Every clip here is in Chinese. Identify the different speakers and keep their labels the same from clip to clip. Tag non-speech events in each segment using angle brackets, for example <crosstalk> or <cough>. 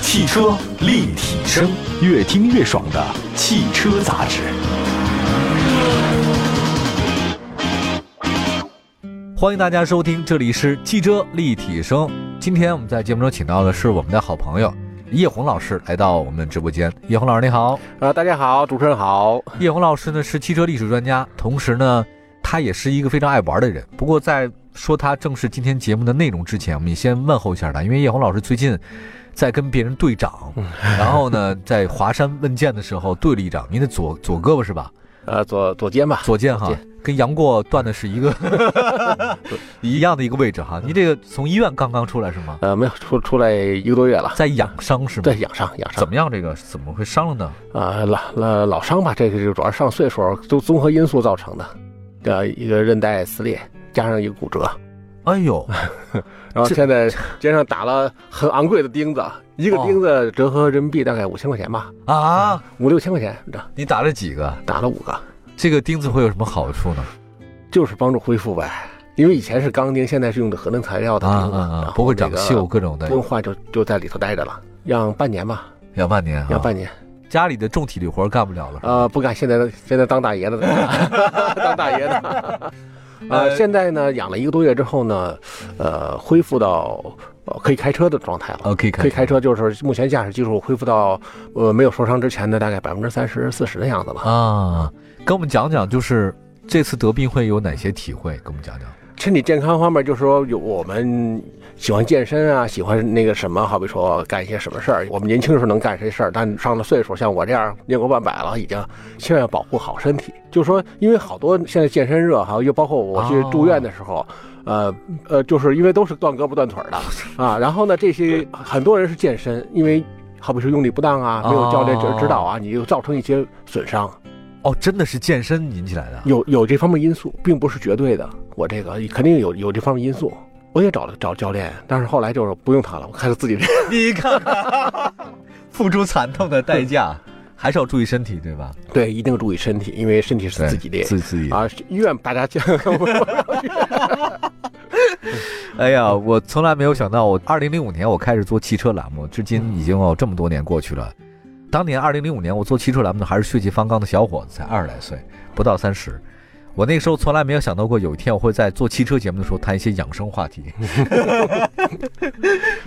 Speaker 1: 汽车立体声，越听越爽的汽车杂志。
Speaker 2: 欢迎大家收听，这里是汽车立体声。今天我们在节目中请到的是我们的好朋友叶红老师，来到我们直播间。叶红老师你好，
Speaker 3: 呃，大家好，主持人好。
Speaker 2: 叶红老师呢是汽车历史专家，同时呢，他也是一个非常爱玩的人。不过在说他正式今天节目的内容之前，我们先问候一下他，因为叶红老师最近在跟别人对掌，然后呢，在华山问剑的时候对了一掌，您的左左胳膊是吧？
Speaker 3: 呃，左左肩吧，
Speaker 2: 左剑哈
Speaker 3: 左，
Speaker 2: 跟杨过断的是一个 <laughs> 一样的一个位置哈。您这个从医院刚刚出来是吗？
Speaker 3: 呃，没有出出来一个多月了，
Speaker 2: 在养伤是吗？
Speaker 3: 对，，养伤养伤
Speaker 2: 怎么样？这个怎么会伤了呢？
Speaker 3: 啊、老老老伤吧，这个就主要是上岁数都综合因素造成的，呃，一个韧带撕裂加上一个骨折，
Speaker 2: 哎呦，
Speaker 3: 然后
Speaker 2: 这
Speaker 3: 现在肩上打了很昂贵的钉子，一个
Speaker 2: 哦
Speaker 3: 钉子折合人民币大概五千块钱吧，
Speaker 2: 啊，
Speaker 3: 五六千块钱，这
Speaker 2: 你打了几个？
Speaker 3: 打了五个，
Speaker 2: 这个钉子会有什么好处呢？
Speaker 3: 就是帮助恢复呗。因为以前是钢钉，现在是用的合成材料的
Speaker 2: 啊
Speaker 3: 钉子，
Speaker 2: 啊
Speaker 3: 然
Speaker 2: 啊
Speaker 3: 后！
Speaker 2: 不会长
Speaker 3: 那个
Speaker 2: 锈，各种的
Speaker 3: 不，用换就就在里头待着了，养半年吧，
Speaker 2: 养半年
Speaker 3: 养
Speaker 2: 哈。
Speaker 3: 半年。
Speaker 2: 家里的重体力活干不了了是吧。
Speaker 3: 呃，不敢，现在现在当大
Speaker 2: <laughs>
Speaker 3: 爷的，当大爷的。呃，现在呢，养了一个多月之后呢，呃，恢复到、呃、可以开车的状态了。
Speaker 2: 哦，可以
Speaker 3: 可以开车，就是目前驾驶技术恢复到呃没有受伤之前的大概百分之三十四十的样子了。
Speaker 2: 啊，跟我们讲讲，就是这次得病会有哪些体会？跟我们讲讲。
Speaker 3: 身体健康方面，就是说有我们喜欢健身啊，喜欢那个什么，好比说干一些什么事儿。我们年轻的时候能干些事儿，但上了岁数，像我这样年过半百了，已经千万要保护好身体。就是说，因为好多现在健身热哈，又包括我去住院的时候。呃 <laughs> 呃，就是因为都是断胳膊断腿儿的啊，然后呢，这些很多人是健身，因为好比说用力不当啊，没有教练指指导啊，你就造成一些损伤，
Speaker 2: 哦，真的是健身引起来的。
Speaker 3: 有有这方面因素，并不是绝对的。我这个肯定有有这方面因素。我也找了找教练，但是后来就是不用他了，我开始自己练。 <laughs>
Speaker 2: <laughs> 你看看， <laughs> 付出惨痛的代价，还是要注意身体，对吧？
Speaker 3: 对，一定注意身体，因为身体是自己练
Speaker 2: 自自己。
Speaker 3: 啊。医院大家见， <laughs>
Speaker 2: 哎呀，我从来没有想到，我二零零五年我开始做汽车栏目，至今已经有这么多年过去了。当年二零零五年我做汽车栏目的还是血气方刚的小伙子，才二十来岁，不到三十。我那时候从来没有想到过，有一天我会在做汽车节目的时候谈一些养生话题。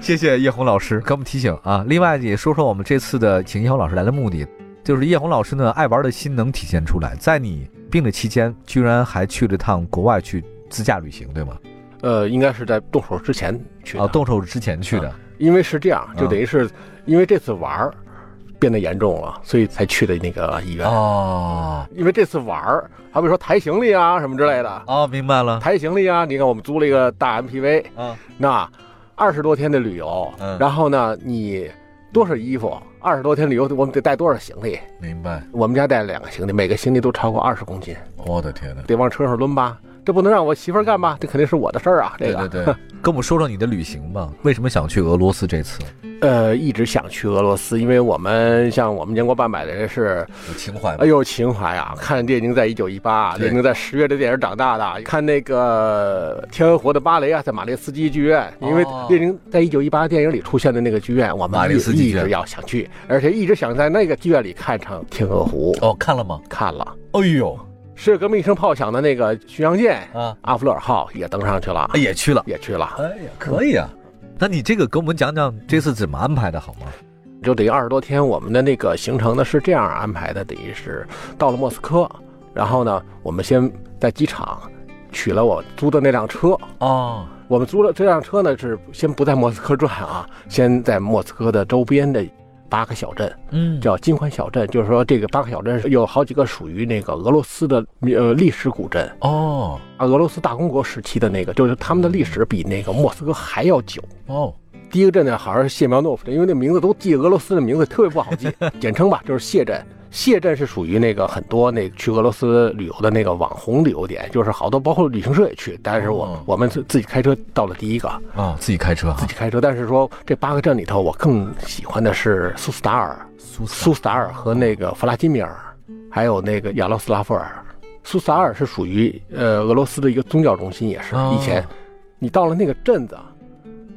Speaker 2: 谢谢叶红老师给我们提醒啊！另外也说说我们这次的请叶红老师来的目的，就是叶红老师呢爱玩的心能体现出来。在你病的期间，居然还去了趟国外去自驾旅行，对吗？
Speaker 3: 呃，应该是在动手之前去的
Speaker 2: 啊，，动手之前去的。
Speaker 3: 因为是这样，就
Speaker 2: 啊
Speaker 3: 等于是因为这次玩儿变得严重了，所以才去的那个医院。
Speaker 2: 哦
Speaker 3: 因为这次玩儿，好比说抬行李啊什么之类的，
Speaker 2: 哦，明白了。
Speaker 3: 抬行李啊，你看我们租了一个大 MPV，
Speaker 2: 啊，
Speaker 3: 那二十多天的旅游，
Speaker 2: 嗯
Speaker 3: 然后呢，你多少衣服？二十多天旅游，我们得带多少行李？
Speaker 2: 明白。
Speaker 3: 我们家带了两个行李，每个行李都超过二十公斤，
Speaker 2: 我的天哪！
Speaker 3: 得往车上抡吧。这不能让我媳妇儿干吧？这肯定是我的事儿啊！这个，
Speaker 2: 对对， <laughs> 跟我们说说你的旅行吧，为什么想去俄罗斯这次？
Speaker 3: 呃，一直想去俄罗斯，因为我们像我们年过半百的人是，
Speaker 2: 有情怀
Speaker 3: 哎呦情怀啊！看列宁在一九一八，啊
Speaker 2: 对
Speaker 3: 列宁在十月这电影长大的，看那个《天鹅湖的芭蕾》啊，在马列斯基剧院，因为
Speaker 2: 哦
Speaker 3: 列宁在一九一八电影里出现的那个剧院，我
Speaker 2: 马
Speaker 3: 们
Speaker 2: 列
Speaker 3: 一
Speaker 2: 斯基剧
Speaker 3: 一
Speaker 2: 院
Speaker 3: 直要想去，而且一直想在那个剧院里看场《天鹅湖》。
Speaker 2: 哦，看了吗？
Speaker 3: 看了，
Speaker 2: 哎呦
Speaker 3: 十月革命一声炮响的那个巡洋舰
Speaker 2: 啊，
Speaker 3: 阿弗勒尔号也登上去了，
Speaker 2: 哎也去了。
Speaker 3: 也去了，
Speaker 2: 哎呀，可以啊。那你这个给我们讲讲这次怎么安排的好吗？
Speaker 3: 就等于二十多天。我们的那个行程呢是这样安排的，等于是到了莫斯科，然后呢，我们先在机场取了我租的那辆车。
Speaker 2: 哦，
Speaker 3: 我们租了这辆车呢是先不在莫斯科转啊， <laughs> 先在莫斯科的周边的八个小镇，
Speaker 2: 嗯，
Speaker 3: 叫金环小镇，就是说这个八个小镇是有好几个属于那个俄罗斯的呃历史古镇。
Speaker 2: 哦
Speaker 3: 啊，俄罗斯大公国时期的那个，就是他们的历史比那个莫斯科还要久。
Speaker 2: 哦，
Speaker 3: 第一个镇呢，好像是谢苗诺夫镇，因为那名字都记俄罗斯的名字，特别不好记，简称吧，就是谢镇。谢镇是属于那个很多那去俄罗斯旅游的那个网红旅游点，就是好多包括旅行社也去，但是我、
Speaker 2: 哦
Speaker 3: 我们自自己开车到了第一个，
Speaker 2: 啊，自己开车
Speaker 3: 自
Speaker 2: 哈。
Speaker 3: 己开车，但是说这八个镇里头，我更喜欢的是苏斯达尔，
Speaker 2: 苏
Speaker 3: 苏斯达尔和那个弗拉基米尔，还有那个亚罗斯拉夫尔。苏斯达尔是属于呃俄罗斯的一个宗教中心，也是
Speaker 2: 哦
Speaker 3: 以前。你到了那个镇子，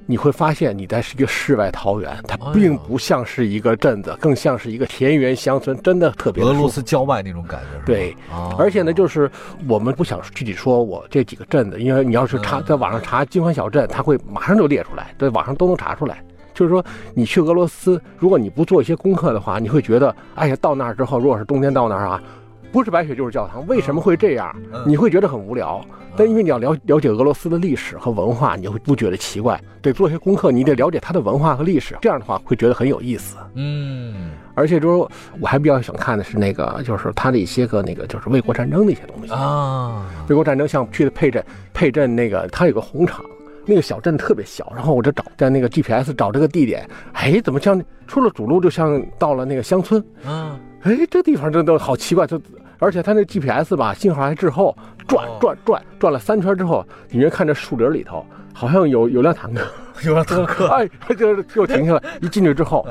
Speaker 3: 你会发现你在是一个世外桃源，它
Speaker 2: 哎
Speaker 3: 并不像是一个镇子，更像是一个田园乡村，真的特别的
Speaker 2: 俄
Speaker 3: 舒
Speaker 2: 罗
Speaker 3: 服。
Speaker 2: 斯郊外那种感觉是吧？
Speaker 3: 对
Speaker 2: 哦，
Speaker 3: 而且呢，就是我们不想具体说我这几个镇子，因为你要是查
Speaker 2: 嗯
Speaker 3: 在网上查金环小镇，它会马上就列出来，在网上都能查出来。就是说，你去俄罗斯，如果你不做一些功课的话，你会觉得，哎呀，到那儿之后，如果是冬天到那儿啊，不是白雪就是教堂，为什么会这样？
Speaker 2: 嗯
Speaker 3: 你会觉得很无聊。但因为你要了了解俄罗斯的历史和文化，你会不觉得奇怪？得做一些功课，你得了解它的文化和历史，这样的话会觉得很有意思。
Speaker 2: 嗯
Speaker 3: 而且就是我还比较想看的是那个，就是它的一些个那个就是卫国战争的一些东西。
Speaker 2: 啊，
Speaker 3: 卫国战争像去的配镇，配镇那个它有个红场，那个小镇特别小。然后我就找在那个 GPS 找这个地点，哎，怎么像出了主路就像到了那个乡村？
Speaker 2: 嗯，
Speaker 3: 哎，这地方真的好奇怪，就而且它那 GPS 吧信号还滞后，转
Speaker 2: 哦
Speaker 3: 转转转了三圈之后，你就看这树林里头好像有有辆坦克，
Speaker 2: 有辆坦克
Speaker 3: 哎，就是又停下来，一进去之后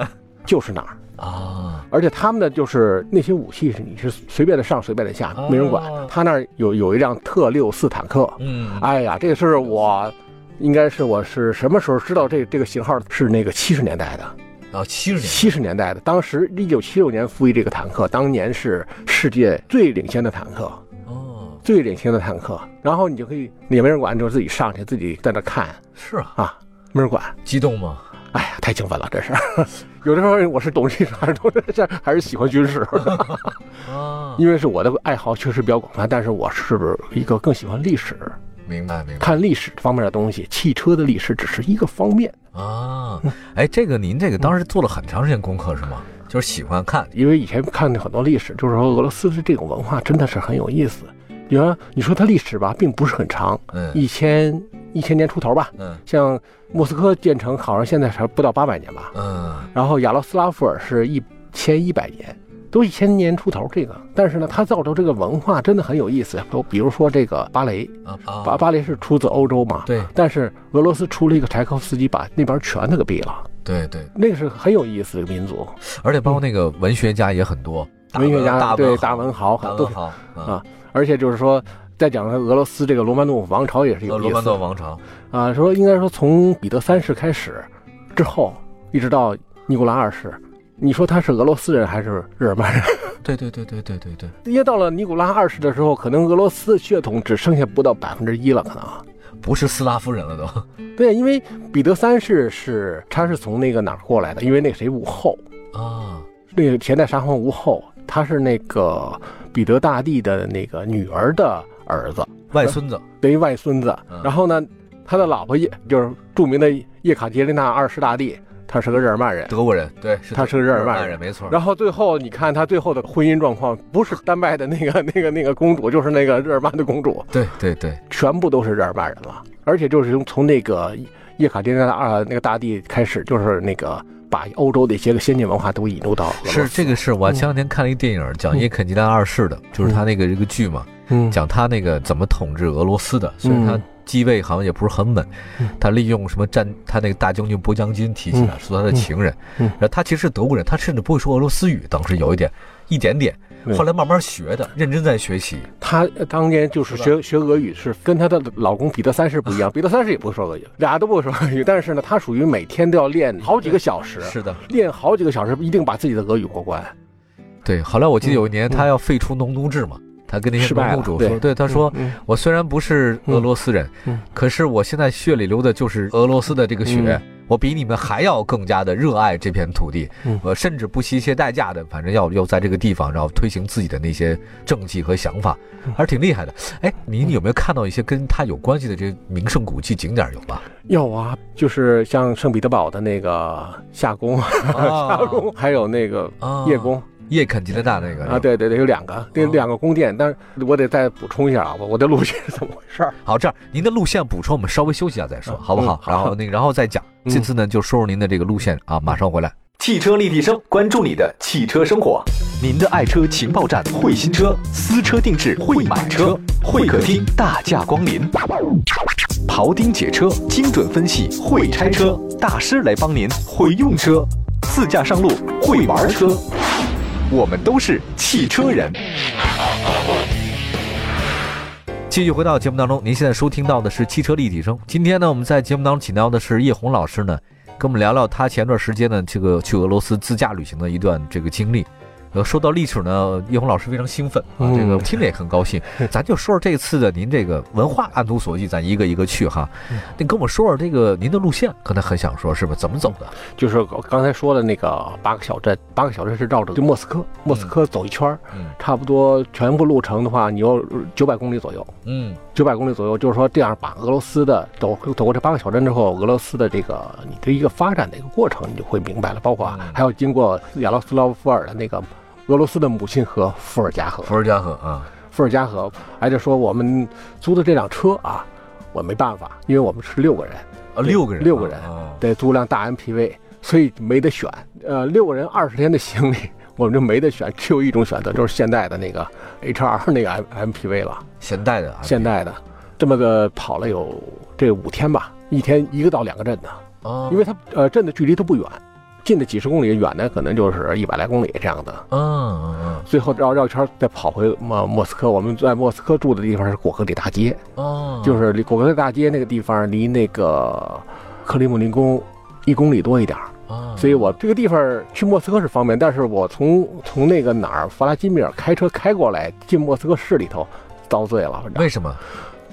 Speaker 3: 就是 <laughs> 哪儿。
Speaker 2: 啊，
Speaker 3: 而且他们的就是那些武器是你是随便的上随便的下
Speaker 2: 哦，
Speaker 3: 没人管。他那儿有有一辆特六四坦克，
Speaker 2: 嗯
Speaker 3: 哎呀，这是我，应该是我是什么时候知道这这个型号是那个七十年代的，
Speaker 2: 啊，七十年
Speaker 3: 七十年代的，当时一九七六年服役这个坦克，当年是世界最领先的坦克，
Speaker 2: 哦，
Speaker 3: 最领先的坦克。然后你就可以也没人管，你就自己上去，自己在那看
Speaker 2: 是啊，
Speaker 3: 啊，没人管。
Speaker 2: 激动吗？
Speaker 3: 哎呀，太兴奋了，这是。 <laughs> 有的时候我是懂历史，还是懂这还是喜欢军事，
Speaker 2: 啊，
Speaker 3: 因为是我的爱好确实比较广泛，但是我是一个更喜欢历史，
Speaker 2: 明白明白
Speaker 3: 看历史方面的东西。汽车的历史只是一个方面。
Speaker 2: 啊，
Speaker 3: 嗯
Speaker 2: 哎，这个您这个当时做了很长时间功课是吗？就是喜欢看，
Speaker 3: 因为以前看的很多历史，就是说俄罗斯是这种文化真的是很有意思。比方说你说它历史吧，并不是很长，
Speaker 2: 嗯
Speaker 3: 一千一千年出头吧。
Speaker 2: 嗯
Speaker 3: 像莫斯科建成好像现在才不到八百年吧，
Speaker 2: 嗯
Speaker 3: 然后亚罗斯拉夫尔是一千一百年，都一千年出头这个。但是呢，它造就这个文化真的很有意思。比如比如说这个芭蕾，
Speaker 2: 啊
Speaker 3: 芭
Speaker 2: 啊，
Speaker 3: 芭蕾是出自欧洲嘛，
Speaker 2: 对
Speaker 3: 但是俄罗斯出了一个柴可夫斯基，把那边全都给毙了，
Speaker 2: 对对，
Speaker 3: 那个是很有意思的一个民族。
Speaker 2: 而且包括那个文学家也很多，大
Speaker 3: 文学家
Speaker 2: 大
Speaker 3: 对
Speaker 2: 文
Speaker 3: 大文豪
Speaker 2: 大
Speaker 3: 都
Speaker 2: 文
Speaker 3: 是
Speaker 2: 豪啊，
Speaker 3: 啊而且就是说，再讲俄罗斯这个罗曼诺夫王朝也是有
Speaker 2: 呃
Speaker 3: 意
Speaker 2: 罗曼
Speaker 3: 思
Speaker 2: 诺
Speaker 3: 的
Speaker 2: 夫王朝
Speaker 3: 啊，说应该说从彼得三世开始，之后一直到尼古拉二世，你说他是俄罗斯人还是日耳曼人？ <laughs>
Speaker 2: 对对对对对对对，
Speaker 3: 因为到了尼古拉二世的时候，可能俄罗斯血统只剩下不到百分之一了，可能。
Speaker 2: 不是斯拉夫人了都
Speaker 3: 对，因为彼得三世是他是从那个哪儿过来的？因为那个谁武后，
Speaker 2: 啊，
Speaker 3: 那个前代沙皇无后，他是那个彼得大帝的那个女儿的儿子，
Speaker 2: 外孙子
Speaker 3: 等于外孙子
Speaker 2: 嗯。
Speaker 3: 然后呢，他的老婆叶就是著名的叶卡捷琳娜二世大帝，她是个日耳曼人。
Speaker 2: 德国人，对，是
Speaker 3: 他是个日
Speaker 2: 日
Speaker 3: 耳曼
Speaker 2: 人，
Speaker 3: 人
Speaker 2: 没错。
Speaker 3: 然后最后你看她最后的婚姻状况，不是丹麦的那个 <laughs> 那个那个公主，就是那个日耳曼的公主，
Speaker 2: 对对对，
Speaker 3: 全部都是日耳曼人了。而且就是从从那个叶卡捷琳娜二那个大帝开始，就是那个把欧洲的一些个先进文化都引入到俄罗斯
Speaker 2: 是这个是我前两天看了一电影，讲叶肯吉丹二世的，就是他那个这个剧嘛，
Speaker 3: 嗯
Speaker 2: 讲他那个怎么统治俄罗斯的，所以他
Speaker 3: 嗯
Speaker 2: 继位好像也不是很稳
Speaker 3: 嗯，
Speaker 2: 他利用什么战他那个大将军博将军提起来说他的情人，
Speaker 3: 嗯嗯
Speaker 2: 然后他其实是德国人，他甚至不会说俄罗斯语，当时有一点一点点，
Speaker 3: 对
Speaker 2: 后来慢慢学的，认真在学习，
Speaker 3: 她呃当年就是
Speaker 2: 是
Speaker 3: 学学俄语，是跟她的老公彼得三世不一样。彼得三世也不会说俄语，俩都不会说俄语，但是呢，她属于每天都要练好几个小时，
Speaker 2: 是的，
Speaker 3: 练好几个小时，一定把自己的俄语过关。
Speaker 2: 对。后来我记得有一年
Speaker 3: 嗯
Speaker 2: 他要废除农奴制嘛，他跟那些
Speaker 3: 失败
Speaker 2: 农奴
Speaker 3: 了
Speaker 2: 主
Speaker 3: 对
Speaker 2: 说，对，他说。
Speaker 3: 嗯，
Speaker 2: 我虽然不是俄罗斯人，
Speaker 3: 嗯嗯
Speaker 2: 可是我现在血里流的就是俄罗斯的这个血，
Speaker 3: 嗯
Speaker 2: 我比你们还要更加的热爱这片土地，
Speaker 3: 嗯
Speaker 2: 我甚至不惜一切代价的，反正要要在这个地方，然后推行自己的那些政绩和想法，
Speaker 3: 嗯
Speaker 2: 还是挺厉害的。哎，您有没有看到一些跟他有关系的这些名胜古迹景点儿有吧？
Speaker 3: 有啊，就是像圣彼得堡的那个夏宫， <laughs> 夏宫，还有那个
Speaker 2: 啊
Speaker 3: 夜宫
Speaker 2: 叶肯吉勒大那个
Speaker 3: 啊，。对对对，有两个，这
Speaker 2: 哦
Speaker 3: 两个宫殿。但是我得再补充一下啊，我我的路线是怎么回事儿？
Speaker 2: 好，这样您的路线补充，我们稍微休息一下再说，
Speaker 3: 嗯
Speaker 2: 好不好？
Speaker 3: 嗯好
Speaker 2: 然后那个，然后再讲。
Speaker 3: 嗯
Speaker 2: 这次呢，就说说您的这个路线啊，马上回来。
Speaker 1: 汽车立体声，关注你的汽车生活，您的爱车情报站，会新车，私车定制，会买车，会客厅大驾光临，庖丁解车，精准分析，会拆车，大师来帮您，会用车，自驾上路，会玩车，我们都是汽车人。
Speaker 2: 继续回到节目当中，您现在收听到的是汽车立体声。今天呢，我们在节目当中请到的是叶红老师呢，跟我们聊聊他前段时间呢这个去俄罗斯自驾旅行的一段这个经历。呃，说到历史呢，叶红老师非常兴奋啊，这个
Speaker 3: 嗯
Speaker 2: 听着也很高兴。咱就说说这次的您这个文化按图索骥，咱一个一个去哈。
Speaker 3: 嗯
Speaker 2: 您跟我们说说这个您的路线，刚才很想说是吧？怎么走的？
Speaker 3: 就是我刚才说的那个八个小镇，八个小镇是绕着就莫斯科，莫斯科走一圈儿，
Speaker 2: 嗯
Speaker 3: 差不多全部路程的话，你要九百公里左右。
Speaker 2: 嗯
Speaker 3: 九百公里左右，就是说这样把俄罗斯的走走过这八个小镇之后，俄罗斯的这个你的一个发展的一个过程，你就会明白了。包括啊
Speaker 2: 嗯
Speaker 3: 还要经过亚罗斯拉夫福尔的那个俄罗斯的母亲河伏尔加河，
Speaker 2: 伏尔加河啊，
Speaker 3: 伏尔加河。而且说我们租的这辆车啊，我没办法，因为我们是六个人，
Speaker 2: 啊六个人啊，
Speaker 3: 六个人
Speaker 2: 啊
Speaker 3: 得租辆大 MPV，所以没得选。呃，六个人二十天的行李， <laughs> 我们就没得选，只有一种选择，就是现在的那个 HR <laughs> 那个 M MPV 了。
Speaker 2: 现代的啊，
Speaker 3: 现代的，这么个跑了有这五天吧，一天一个到两个镇呢，
Speaker 2: 啊，
Speaker 3: 因为它呃镇的距离都不远，近的几十公里，远的可能就是一百来公里这样的。
Speaker 2: 嗯嗯嗯。
Speaker 3: 最后绕绕圈儿再跑回莫莫斯科，我们在莫斯科住的地方是果戈里大街，
Speaker 2: 哦，
Speaker 3: 就是离果戈里大街那个地方离那个克里姆林宫一公里多一点儿。
Speaker 2: 啊，
Speaker 3: 所以我这个地方去莫斯科是方便，但是我从从那个哪儿弗拉基米尔开车开过来进莫斯科市里头，遭罪了，反正
Speaker 2: 为什么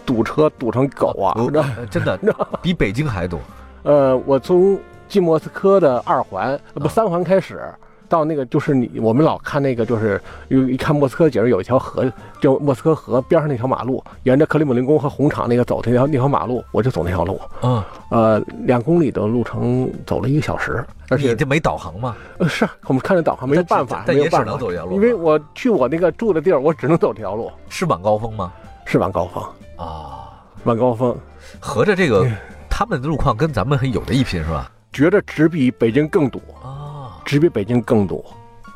Speaker 3: 堵车堵成狗啊！
Speaker 2: 我
Speaker 3: 你知道吗
Speaker 2: 呃真
Speaker 3: <laughs>
Speaker 2: 的比北京还堵？
Speaker 3: 呃，我从进莫斯科的二环呃
Speaker 2: 啊
Speaker 3: 不三环开始，到那个就是你我们老看那个就是有一看莫斯科景儿有一条河，就莫斯科河边上那条马路，沿着克里姆林宫和红场那个走那条那条马路，我就走那条路，
Speaker 2: 嗯，
Speaker 3: 呃，两公里的路程走了一个小时，而
Speaker 2: 你
Speaker 3: 且
Speaker 2: 这没导航吗？
Speaker 3: 呃是 <laughs> 我们看着导航没有
Speaker 2: 但
Speaker 3: 办法，
Speaker 2: 但
Speaker 3: 没有
Speaker 2: 也只
Speaker 3: 办
Speaker 2: 能
Speaker 3: 法，
Speaker 2: 走这条路，
Speaker 3: 因为我去我那个住的地儿，我只能走这条路，
Speaker 2: 是晚高峰吗？
Speaker 3: 是晚高峰，
Speaker 2: 啊，
Speaker 3: 晚高峰。
Speaker 2: 合着这个
Speaker 3: 嗯
Speaker 2: 他们的路况跟咱们还有的一拼是吧？
Speaker 3: 觉得只比北京更堵，
Speaker 2: 啊，
Speaker 3: 只比北京更堵。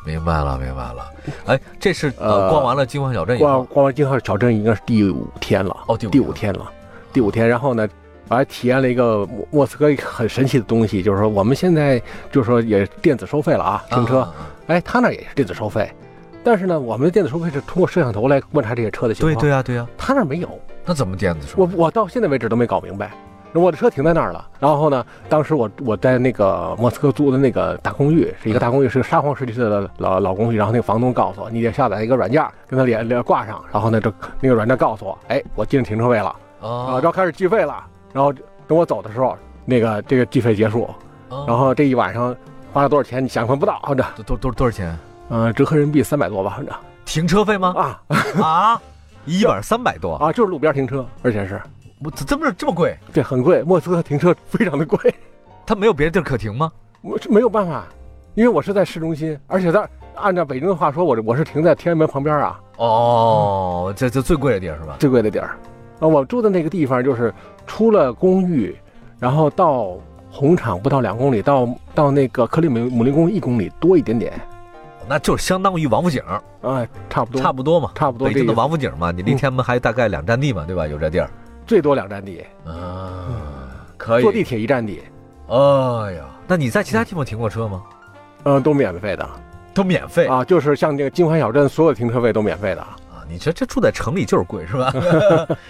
Speaker 2: 明白了，明白了。哎，这是呃
Speaker 3: 呃
Speaker 2: 逛完了金黄小镇以
Speaker 3: 逛
Speaker 2: 后，啊
Speaker 3: 逛完金号小镇应该是第五天了，
Speaker 2: 哎哦，第
Speaker 3: 第五天了，第五天。然后呢，我还体验了一个莫莫斯科一个很神奇的东西，就是说我们现在就是说也电子收费了啊，停车。
Speaker 2: 啊啊啊
Speaker 3: 哎，他那儿也是电子收费，但是呢，我们的电子收费是通过摄像头来观察这些车的情
Speaker 2: 对
Speaker 3: 况。
Speaker 2: 对啊对啊，
Speaker 3: 他那儿没有，
Speaker 2: 那怎么电子
Speaker 3: 我
Speaker 2: 说？
Speaker 3: 我到现在为止都没搞明白。我的车停在那儿了，然后呢，当时我我在那个莫斯科租的那个大公寓，是一个大公寓，是个沙皇时期的老老公寓。然后那个房东告诉我，你得下载一个软件，跟他连连挂上，然后呢，这那个软件告诉我，哎，我进停车位了，啊，
Speaker 2: 啊
Speaker 3: 然后开始计费了。然后等我走的时候，那个这个计费结束，然
Speaker 2: 哦
Speaker 3: 后这一晚上花了多少钱，你想象不到，这
Speaker 2: 多多多多少钱？
Speaker 3: 嗯，折合人民币三百多吧，这
Speaker 2: 停车费吗？
Speaker 3: 啊
Speaker 2: 啊，一晚三百多，
Speaker 3: 啊，就是路边停车，而且是
Speaker 2: 我这么这么贵？
Speaker 3: 这很贵，莫斯科停车非常的贵。
Speaker 2: 他没有别的地儿可停吗？
Speaker 3: 我这没有办法，因为我是在市中心，而且在按照北京的话说，我这我是停在天安门旁边啊，
Speaker 2: 哦，这这最贵的地儿是吧？
Speaker 3: 最贵的地儿。啊，我住的那个地方就是出了公寓，然后到红场不到两公里，到到那个克里姆姆林宫一公里多一点点，
Speaker 2: 那就是相当于王府井，
Speaker 3: 啊，差不多，
Speaker 2: 差不多嘛。
Speaker 3: 差不多
Speaker 2: 北
Speaker 3: 这
Speaker 2: 京的
Speaker 3: 个
Speaker 2: 王府井嘛，你离
Speaker 3: 嗯
Speaker 2: 天安门还大概两站地嘛，对吧？有这地儿
Speaker 3: 最多两站地，
Speaker 2: 啊，可以。
Speaker 3: 坐地铁一站地，
Speaker 2: 哎呀，那你在其他地方停过车吗？
Speaker 3: 嗯、都免费的
Speaker 2: 都免费啊
Speaker 3: 啊，就是像这个金环小镇所有停车位都免费的，
Speaker 2: 你这这住在城里就是贵是 <laughs> 吧？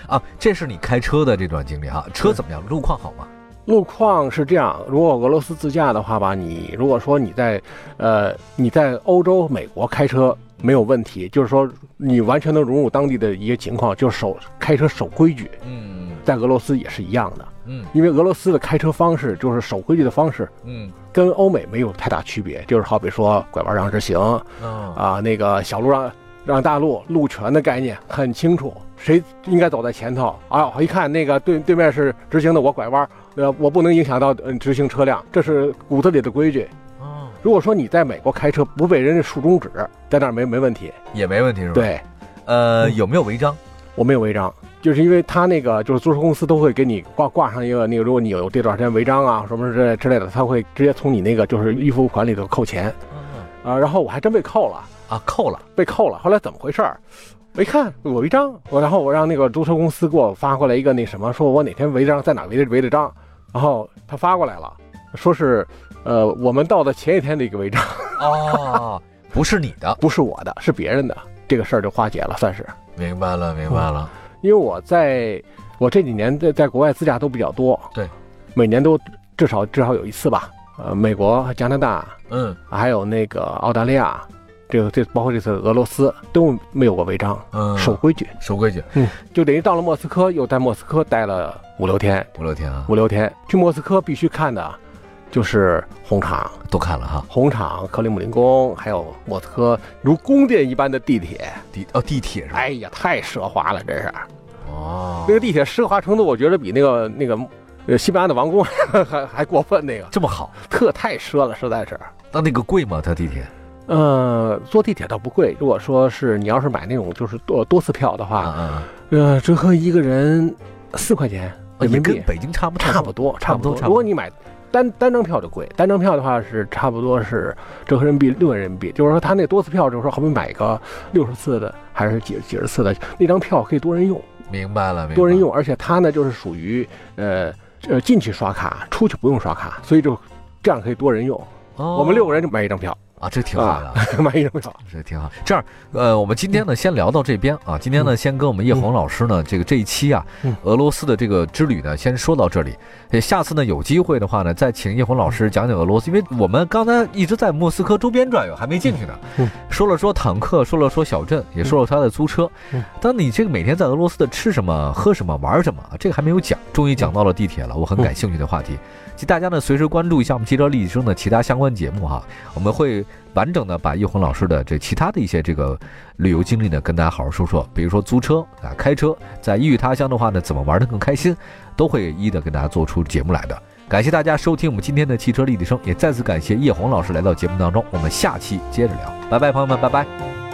Speaker 2: 啊，这是你开车的这段经历哈，车怎么样？路况好吗？
Speaker 3: 路况是这样，如果俄罗斯自驾的话吧，你如果说你在，呃，你在欧洲、美国开车没有问题，就是说你完全能融入当地的一个情况，就是守开车守规矩，
Speaker 2: 嗯
Speaker 3: 在俄罗斯也是一样的，
Speaker 2: 嗯
Speaker 3: 因为俄罗斯的开车方式就是守规矩的方式，
Speaker 2: 嗯
Speaker 3: 跟欧美没有太大区别，就是好比说拐弯让直行
Speaker 2: 啊
Speaker 3: 啊，那个小路让让大路，路权的概念很清楚，谁应该走在前头啊？我一看那个对对面是直行的，我拐弯，呃，我不能影响到嗯、直行车辆，这是骨子里的规矩。
Speaker 2: 哦，
Speaker 3: 如果说你在美国开车不被人家竖中指，在那儿没没问题。
Speaker 2: 也没问题是吧？，
Speaker 3: 对
Speaker 2: 呃，有没有违章？
Speaker 3: 我没有违章，就是因为他那个就是租车公司都会给你挂挂上一个那个，如果你有这段时间违章啊什么之类之类的，他会直接从你那个就是预付款里头扣钱
Speaker 2: 嗯
Speaker 3: 啊。然后我还真被扣了。
Speaker 2: 啊，扣了
Speaker 3: 被扣了。后来怎么回事儿？我一看我违章，我然后我让那个租车公司给我发过来一个那什么，说我哪天违章，在哪违的违的章，然后他发过来了，说是呃我们到的前一天的一个违章，
Speaker 2: 哦， <laughs> 不是你的，
Speaker 3: 不是我的，是别人的，这个事儿就化解了，算是。嗯
Speaker 2: 明白了，明白了。
Speaker 3: 因为我在我这几年在在国外自驾都比较多，
Speaker 2: 对，
Speaker 3: 每年都至少至少有一次吧。呃，美国、加拿大，
Speaker 2: 嗯
Speaker 3: 还有那个澳大利亚，这个这包括这次俄罗斯都没有过违章，
Speaker 2: 嗯，
Speaker 3: 守规矩，
Speaker 2: 守规矩，
Speaker 3: 就等于到了莫斯科，又在莫斯科待了五六天，
Speaker 2: 五六天啊，
Speaker 3: 五六天。去莫斯科必须看的就是红场、
Speaker 2: 都看了哈。
Speaker 3: 红场、克里姆林宫，还有莫斯科如宫殿一般的地铁。
Speaker 2: 地哦，地铁是吧？
Speaker 3: 哎呀，太奢华了，真是
Speaker 2: 哦，
Speaker 3: 那个地铁奢华程度，我觉得比那个那个。呃，西班牙的王宫 <laughs> 还还过分，那个
Speaker 2: 这么好，
Speaker 3: 特太奢了，实在是。
Speaker 2: 那那个贵吗？它地铁？
Speaker 3: 呃，坐地铁倒不贵，如果说是你要是买那种就是多多次票的
Speaker 2: 啊
Speaker 3: 话，
Speaker 2: 啊，
Speaker 3: 呃，折合一个人四块钱
Speaker 2: 啊
Speaker 3: 人
Speaker 2: 也
Speaker 3: 民
Speaker 2: 跟
Speaker 3: 币，
Speaker 2: 北京差不
Speaker 3: 差
Speaker 2: 多。
Speaker 3: 不多，
Speaker 2: 差不
Speaker 3: 不
Speaker 2: 多差不多
Speaker 3: 如果你买单单张票就贵，单张票的话是差不多是折合人民币六元人民币，就是说他那多次票，就是说好比买个六十次的还是几几十次的，那张票可以多人用，
Speaker 2: 明白了，明白了
Speaker 3: 多人。用，而且它呢就是属于呃呃进去刷卡，出去不用刷卡，所以就这样可以多人用。
Speaker 2: 我
Speaker 3: 我们六个人就买一张票，
Speaker 2: 哦
Speaker 3: <laughs>
Speaker 2: 啊，这挺好的。
Speaker 3: 买一张票。
Speaker 2: 这挺好。这样，呃，我们今天呢，先聊到这边啊。今天呢，先跟我们叶红老师呢，这个这一期啊
Speaker 3: 嗯，
Speaker 2: 俄罗斯的这个之旅呢，先说到这里。呃下次呢，有机会的话呢，再请叶红老
Speaker 3: 嗯
Speaker 2: 师讲讲俄罗斯，因为我们刚才一直在莫斯科周边转悠，还没进去呢
Speaker 3: 嗯。
Speaker 2: 说了说坦克，说了说小镇，也说了他的租车
Speaker 3: 嗯。
Speaker 2: 但你这个每天在俄罗斯的吃什么、喝什么、玩什么，啊这个还没有讲。终于讲到了地铁了，我很
Speaker 3: 嗯
Speaker 2: 感兴趣的话题。其实大家呢，随时关注一下我们汽车立体声的其他相关节目哈，我们会完整的把叶红老师的这其他的一些这个旅游经历呢，跟大家好好说说，比如说租车啊、开车，在异域他乡的话呢，怎么玩的更开心，都会一一的跟大家做出节目来的。感谢大家收听我们今天的汽车立体声，也再次感谢叶红老师来到节目当中，我们下期接着聊，拜拜，朋友们，拜拜。